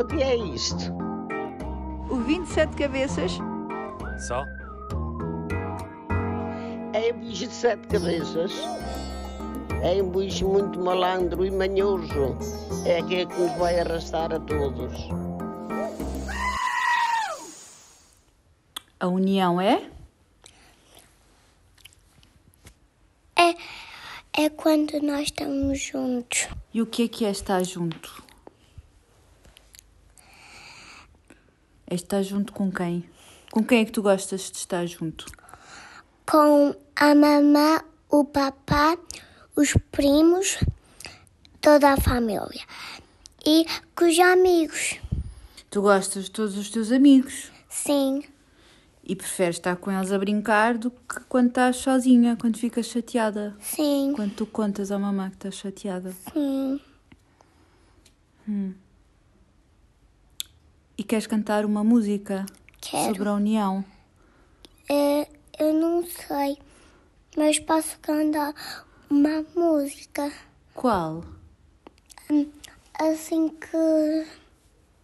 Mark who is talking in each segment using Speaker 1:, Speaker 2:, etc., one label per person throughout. Speaker 1: O que é isto?
Speaker 2: O 27 cabeças
Speaker 3: Só?
Speaker 1: É um bicho de sete cabeças. É um bicho muito malandro e manhoso. É aquele que nos vai arrastar a todos.
Speaker 2: A união é?
Speaker 4: É quando nós estamos juntos.
Speaker 2: E o que é que é estar junto? É estar junto com quem? Com quem é que tu gostas de estar junto?
Speaker 4: Com a mamã, o papá, os primos, toda a família. E com os amigos.
Speaker 2: Tu gostas de todos os teus amigos
Speaker 4: Sim,
Speaker 2: e preferes estar com eles a brincar do que quando estás sozinha, quando ficas chateada.
Speaker 4: sim,
Speaker 2: Quando tu contas à mamã que estás chateada.
Speaker 4: sim.
Speaker 2: E queres cantar uma música
Speaker 4: Quero.
Speaker 2: sobre a união?
Speaker 4: É, eu não sei, mas posso cantar uma música.
Speaker 2: Qual?
Speaker 4: Assim que.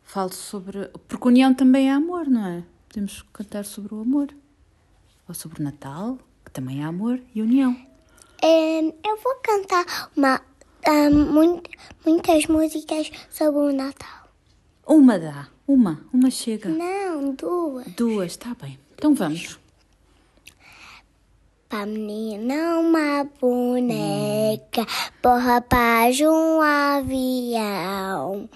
Speaker 2: Falo sobre. Porque união também é amor, não é? Podemos cantar sobre o amor. Ou sobre o Natal, que também é amor e união.
Speaker 4: É, eu vou cantar uma, ah, muito- muitas músicas sobre o Natal.
Speaker 2: Uma dá. Uma. Uma chega.
Speaker 4: Não, duas.
Speaker 2: Duas, está bem. Então vamos.
Speaker 4: Pra menina é uma boneca, pro rapaz um avião,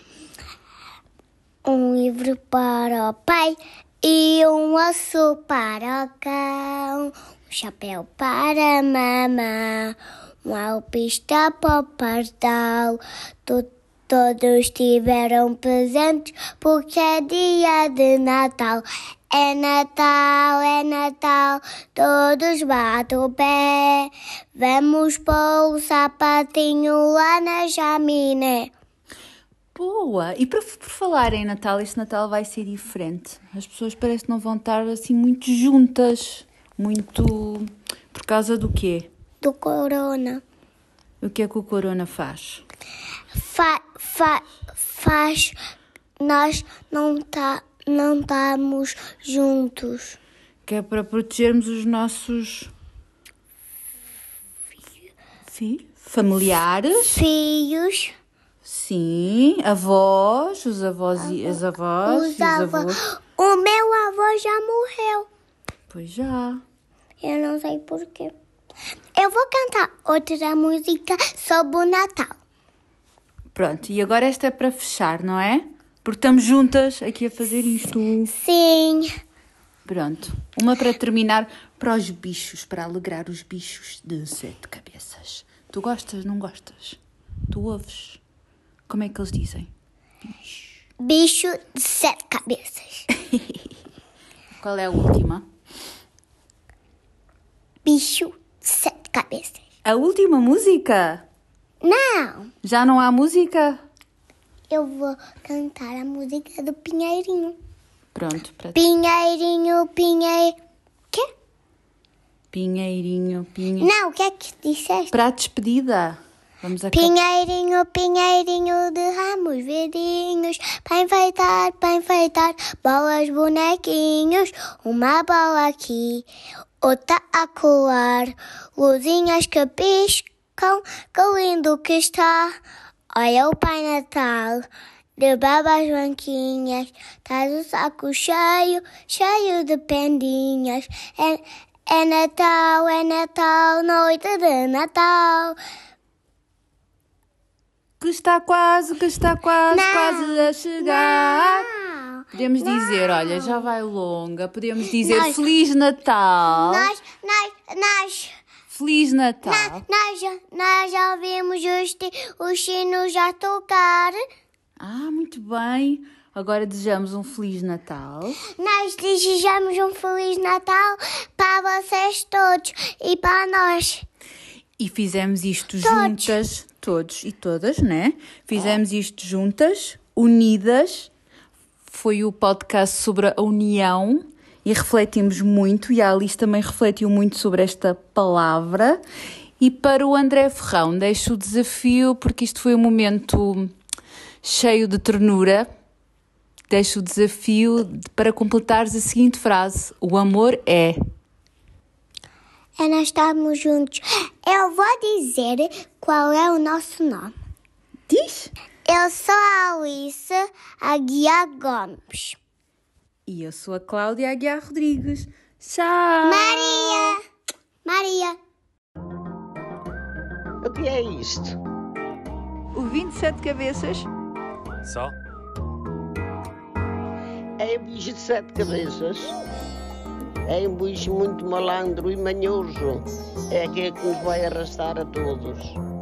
Speaker 4: um livro para o pai e um osso para o cão, um chapéu para a mamã, um alpista para o pardal. To- Todos tiveram presentes porque é dia de Natal. É Natal, é Natal, todos batem o pé. Vamos pôr o sapatinho lá na chaminé.
Speaker 2: Boa! E por, por falar em Natal, este Natal vai ser diferente. As pessoas parece que não vão estar assim muito juntas. Muito. Por causa do quê?
Speaker 4: Do Corona.
Speaker 2: O que é que o Corona faz?
Speaker 4: Fa, fa, faz nós não tá, não estamos juntos.
Speaker 2: Que é para protegermos os nossos. Fi- Familiares?
Speaker 4: Filhos,
Speaker 2: Sim. Avós, os avós e as avós. e
Speaker 4: os
Speaker 2: os Ah, avós.
Speaker 4: avós. O meu avô já morreu.
Speaker 2: Pois já.
Speaker 4: Eu não sei porquê. Eu vou cantar outra música sobre o Natal.
Speaker 2: Pronto, e agora esta é para fechar, não é? Porque estamos juntas aqui a fazer isto.
Speaker 4: Sim,
Speaker 2: Pronto, uma para terminar para os bichos, para alegrar os bichos de sete cabeças. Tu gostas, não gostas? Tu ouves? Como é que eles dizem?
Speaker 4: bicho de sete cabeças.
Speaker 2: Qual é a última?
Speaker 4: Bicho de sete cabeças.
Speaker 2: A última música?
Speaker 4: Não,
Speaker 2: Já não há música?
Speaker 4: eu vou cantar a música do Pinheirinho.
Speaker 2: Pronto, para ti.
Speaker 4: Pinheirinho, Pinheirinho. Quê?
Speaker 2: Pinheirinho, pinha.
Speaker 4: Não, o que é que disseste?
Speaker 2: Para a despedida. Vamos acabar.
Speaker 4: Pinheirinho, pinheirinho de ramos verdinhos, para enfeitar, para enfeitar, bolas, bonequinhos, uma bola aqui, outra a colar, luzinhas que piscam, que lindo que está, olha o Pai Natal, de babas branquinhas, traz o saco cheio, cheio de pendinhas, é, é Natal, é Natal, noite de Natal.
Speaker 2: Que está quase, que está quase,
Speaker 4: Não.
Speaker 2: quase a chegar.
Speaker 4: Não.
Speaker 2: Podemos dizer, olha, já vai longa. Podemos dizer
Speaker 4: Nós-
Speaker 2: Feliz Natal.
Speaker 4: Nós, nós, nós,
Speaker 2: Feliz Natal.
Speaker 4: nós, já- nós já ouvimos os, ti- os sinos a tocar.
Speaker 2: Ah, muito bem. Agora desejamos um Feliz Natal.
Speaker 4: Nós desejamos um Feliz Natal para vocês todos e para nós.
Speaker 2: E fizemos isto
Speaker 4: Todos.
Speaker 2: juntas, todos e todas, né? Fizemos isto juntas, unidas. Foi o podcast sobre a união e refletimos muito. E a Alice também refletiu muito sobre esta palavra. E para o André Ferrão, deixo o desafio, porque isto foi um momento cheio de ternura deixo o desafio de- para completares a seguinte frase: O amor é.
Speaker 4: É nós estarmos juntos. Eu vou dizer qual é o nosso nome.
Speaker 2: Diz?
Speaker 4: Eu sou a Alice Aguiar Gomes.
Speaker 2: E eu sou a Cláudia Aguiar Rodrigues. Tchau!
Speaker 4: Maria! Maria!
Speaker 1: O que é isto?
Speaker 3: O 27 Cabeças
Speaker 5: Só?
Speaker 1: É um bicho de sete cabeças. É um é bicho muito malandro e manhoso. É aquele que nos vai arrastar a todos.